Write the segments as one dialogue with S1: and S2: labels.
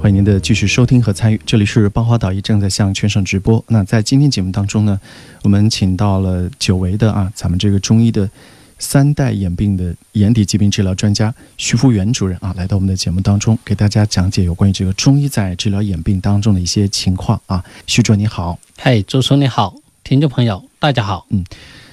S1: 欢迎您的继续收听和参与，这里是八花导医正在向全省直播。那在今天节目当中呢，我们请到了久违的啊，咱们这个中医的三代眼病的眼底疾病治疗专家徐福元主任啊，来到我们的节目当中，给大家讲解有关于这个中医在治疗眼病当中的一些情况啊。徐主任你好，
S2: 嗨，主持人你好，听众朋友大家好。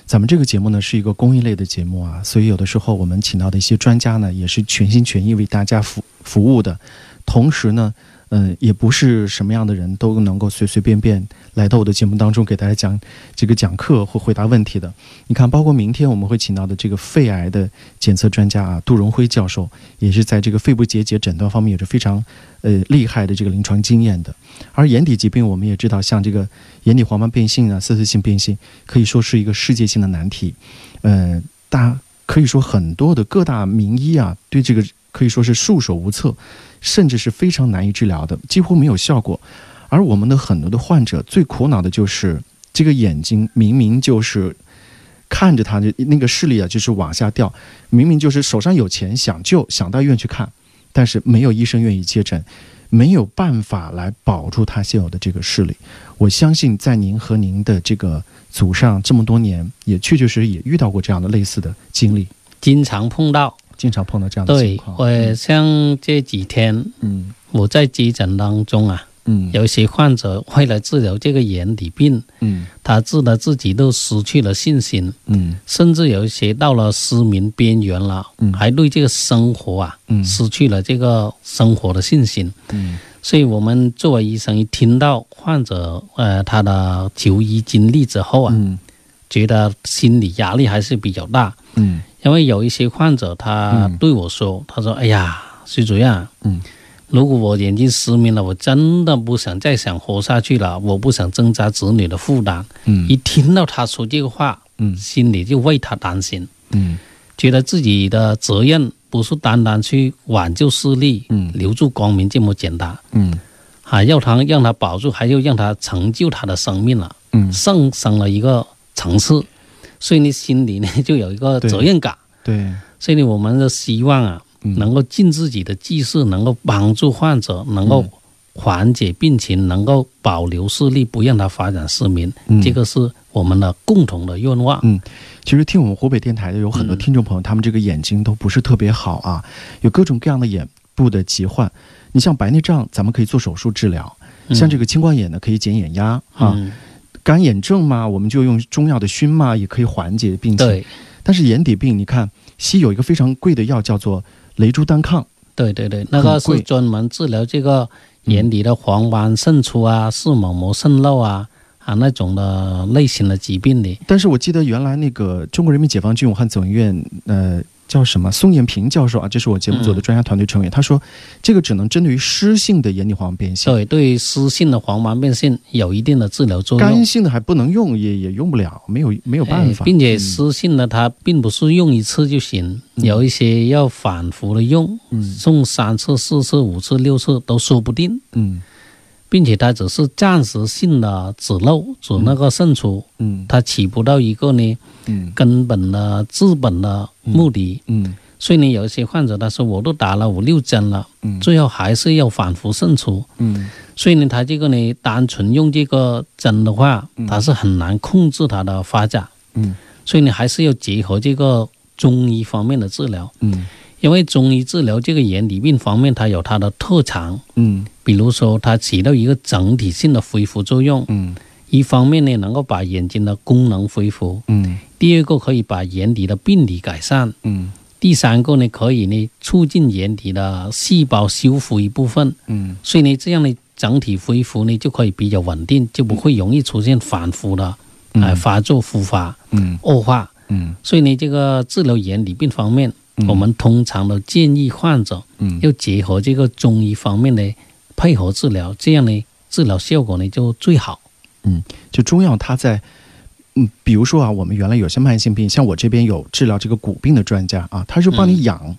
S1: 咱们这个节目呢是一个公益类的节目啊，所以有的时候我们请到的一些专家呢，也是全心全意为大家服服务的。同时呢，嗯、也不是什么样的人都能够随随便便来到我的节目当中给大家讲这个讲课或回答问题的。你看，包括明天我们会请到的这个肺癌的检测专家啊，杜荣辉教授，也是在这个肺部结节诊断方面有着非常呃厉害的这个临床经验的。而眼底疾病，我们也知道，像这个眼底黄斑变性啊、色素性变性，可以说是一个世界性的难题。呃，大可以说很多的各大名医啊，对这个可以说是束手无策，甚至是非常难以治疗的，几乎没有效果。而我们的很多的患者最苦恼的就是这个眼睛明明就是看着他的那个视力啊，就是往下掉，明明就是手上有钱想救，想到医院去看，但是没有医生愿意接诊，没有办法来保住他现有的这个视力。我相信在您和您的这个祖上这么多年，也确确实实也遇到过这样的类似的经历，
S2: 经常碰到，
S1: 经常碰到这样的情
S2: 对
S1: 况。
S2: 我像这几天
S1: 嗯
S2: 我在急诊当中啊，
S1: 嗯
S2: 有些患者为了治疗这个眼底病，
S1: 嗯
S2: 他治得自己都失去了信心，
S1: 嗯
S2: 甚至有一些到了失明边缘了，
S1: 嗯
S2: 还对这个生活啊
S1: 嗯
S2: 失去了这个生活的信心。
S1: 嗯
S2: 所以我们作为医生，一听到患者呃他的求医经历之后啊，
S1: 嗯
S2: 觉得心理压力还是比较大，
S1: 嗯
S2: 因为有一些患者他
S1: 嗯
S2: 对我说，他说：“哎呀，徐主任，
S1: 嗯
S2: 如果我眼睛失明了，我真的不想再想活下去了，我不想增加子女的负担。一
S1: 嗯
S2: 听到他说这个话，
S1: 嗯
S2: 心里就为他担心，
S1: 嗯
S2: 觉得自己的责任不是单单去挽救视力、
S1: 嗯
S2: 留住光明这么简单，
S1: 嗯
S2: 还要他让他保住，还要让他成就他的生命了，
S1: 嗯，
S2: 上升了一个层次，所以你心里呢就有一个
S1: 对
S2: 责任感。
S1: 对，
S2: 所以呢，我们的希望啊，
S1: 嗯
S2: 能够尽自己的技术，能够帮助患者，能够缓解病情，能够保留视力，不让他发展失明，
S1: 嗯
S2: 这个是我们的共同的愿望。
S1: 嗯其实听我们湖北电台的有很多听众朋友，他们这个眼睛都不是特别好啊，有各种各样的眼部的疾患。你像白内障，咱们可以做手术治疗；像这
S2: 个
S1: 个青光眼呢，可以减眼压啊。
S2: 嗯，
S1: 干眼症嘛，我们就用中药的熏嘛，也可以缓解病情。
S2: 对
S1: 但是眼底病，你看西有一个非常贵的药叫做雷珠单抗，
S2: 对对对，那个
S1: 很贵
S2: 是专门治疗这个眼底的黄斑渗出啊、视网膜渗漏啊啊那种的类型的疾病的。
S1: 但是我记得原来那个中国人民解放军武汉总医院，呃，叫什么宋艳平教授啊，这是我节目组的专家团队成员，他说这个只能针对于湿性的眼底黄斑变性，
S2: 对，对湿性的黄斑变性有一定的治疗作用。
S1: 干性的还不能用，也也用不了，没有没有办法，
S2: 哎并且湿性呢，它并不是用一次就行，
S1: 嗯
S2: 有一些要反复的用，
S1: 嗯
S2: 用三次、四次、五次、六次都说不定，
S1: 嗯
S2: 并且它只是暂时性的止漏、止那个渗出，
S1: 嗯
S2: 它起不到一个呢
S1: 嗯
S2: 根本的治本的目的。
S1: 嗯
S2: 所以呢，有一些患者他说我都打了五六针了，
S1: 嗯
S2: 最后还是要反复渗出。
S1: 嗯
S2: 所以呢，他这个呢，单纯用这个针的话，它是很难控制它的发展。
S1: 嗯
S2: 所以你还是要结合这个中医方面的治疗，
S1: 嗯
S2: 因为中医治疗这个眼底病方面，它有它的特长，
S1: 嗯
S2: 比如说它起到一个整体性的恢复作用，
S1: 嗯
S2: 一方面呢能够把眼睛的功能恢复，
S1: 嗯
S2: 第二个可以把眼底的病理改善，
S1: 嗯
S2: 第三个呢可以呢促进眼底的细胞修复一部分，
S1: 嗯
S2: 所以呢这样呢整体恢复呢就可以比较稳定，就不会容易出现反复的，
S1: 嗯
S2: 呃发作复发
S1: 嗯
S2: 恶化。
S1: 嗯
S2: 所以呢，这个治疗眼底病方面，
S1: 嗯
S2: 我们通常都建议患者
S1: 嗯
S2: 要结合这个中医方面的配合治疗，这样呢，治疗效果呢就最好。
S1: 就中药它在，嗯，比如说啊，我们原来有些慢性病，像我这边有治疗这个骨病的专家啊，他是帮你养，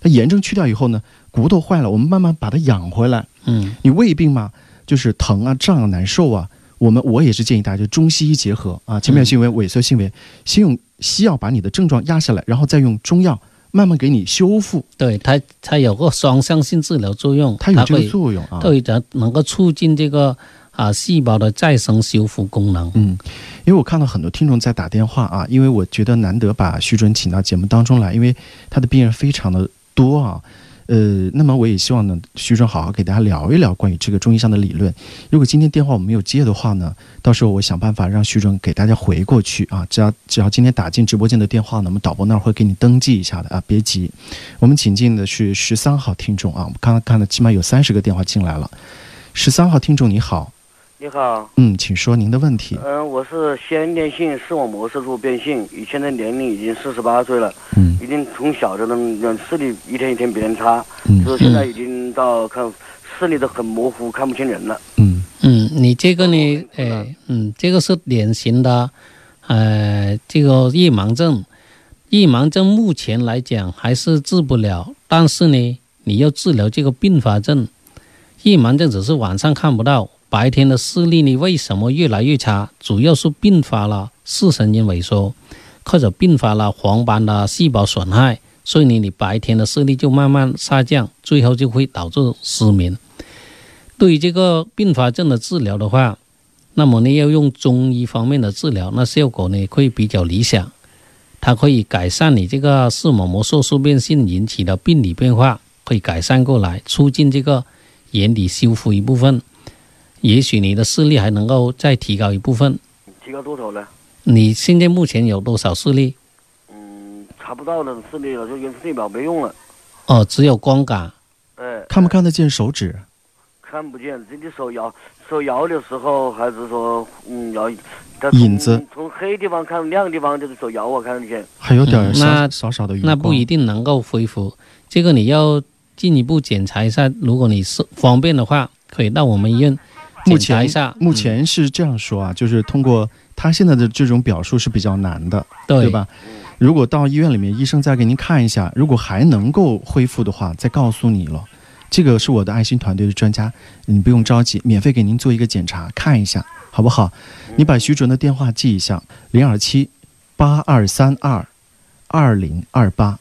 S1: 他炎症去掉以后呢，骨头坏了，我们慢慢把它养回来。
S2: 嗯，
S1: 你胃病嘛，就是疼啊、胀啊、难受啊，我们我也是建议大家就中西医结合啊，前面有
S2: 嗯
S1: 行为萎缩性为，先用西药把你的症状压下来，然后再用中药慢慢给你修复，
S2: 对它它有个双向性治疗作用，
S1: 它有这个作用啊。
S2: 对的，能够促进这个啊细胞的再生修复功能。
S1: 嗯，因为我看到很多听众在打电话啊，因为我觉得难得把徐准请到节目当中来，因为他的病人非常的多啊。呃，那么我也希望呢，徐准好好给大家聊一聊关于这个中医上的理论。如果今天电话我们没有接的话呢，到时候我想办法让徐准给大家回过去啊。只要只要今天打进直播间的电话呢，我们导播那儿会给你登记一下的啊，别急。我们请进的是十三号听众啊，我们刚刚看了起码有三十个电话进来了。十三号听众你好，
S3: 你好，
S1: 嗯，请说您的问题。
S3: 嗯、我是先天性视网膜色素变性，以前的年龄已经四十八岁了，
S1: 嗯
S3: 已经从小的那种视力一天一天比人差，就
S1: 嗯
S3: 是现在已经到看视力都很模糊，看不清人了。
S1: 嗯
S2: 嗯，你这个呢，
S3: 嗯
S2: 呃，嗯，这个是典型的，呃，这个夜盲症。夜盲症目前来讲还是治不了，但是呢，你要治疗这个并发症，夜盲症只是晚上看不到，白天的视力呢为什么越来越差？主要是并发了视神经萎缩，或者并发了黄斑的细胞损害，所以呢，你白天的视力就慢慢下降，最后就会导致失明。对于这个并发症的治疗的话，那么呢要用中医方面的治疗，那效果呢会比较理想，它可以改善你这个视网膜色素变性引起的病理变化，可以改善过来，促进这个眼底修复一部分，也许你的视力还能够再提高一部分。
S3: 提高多少呢？
S2: 你现在目前有多少视力？
S3: 嗯，查不到了，视力了，就远视对表没用了。
S2: 哦，只有光感。
S3: 哎，
S1: 看不看得见手指？
S3: 看不见，自己手摇手摇的时候，还是说嗯摇，它
S1: 影子
S3: 从从黑地方看亮地方，就是手摇我看得见。
S1: 还有点儿
S2: 嗯
S1: 小、
S2: 那
S1: 少少的余光。
S2: 那不一定能够恢复。这个你要进一步检查一下，如果你是方便的话，可以到我们医院
S1: 目
S2: 检查
S1: 前
S2: 一下。嗯
S1: 目前是这样说啊，就是通过他现在的这种表述是比较难的，
S2: 对？
S1: 吧？如果到医院里面，医生再给您看一下，如果还能够恢复的话，再告诉你了。这个是我的爱心团队的专家，你不用着急，免费给您做一个检查，看一下好不好？
S2: 嗯
S1: 你把徐主任的电话记一下，零二七八二三二二零二八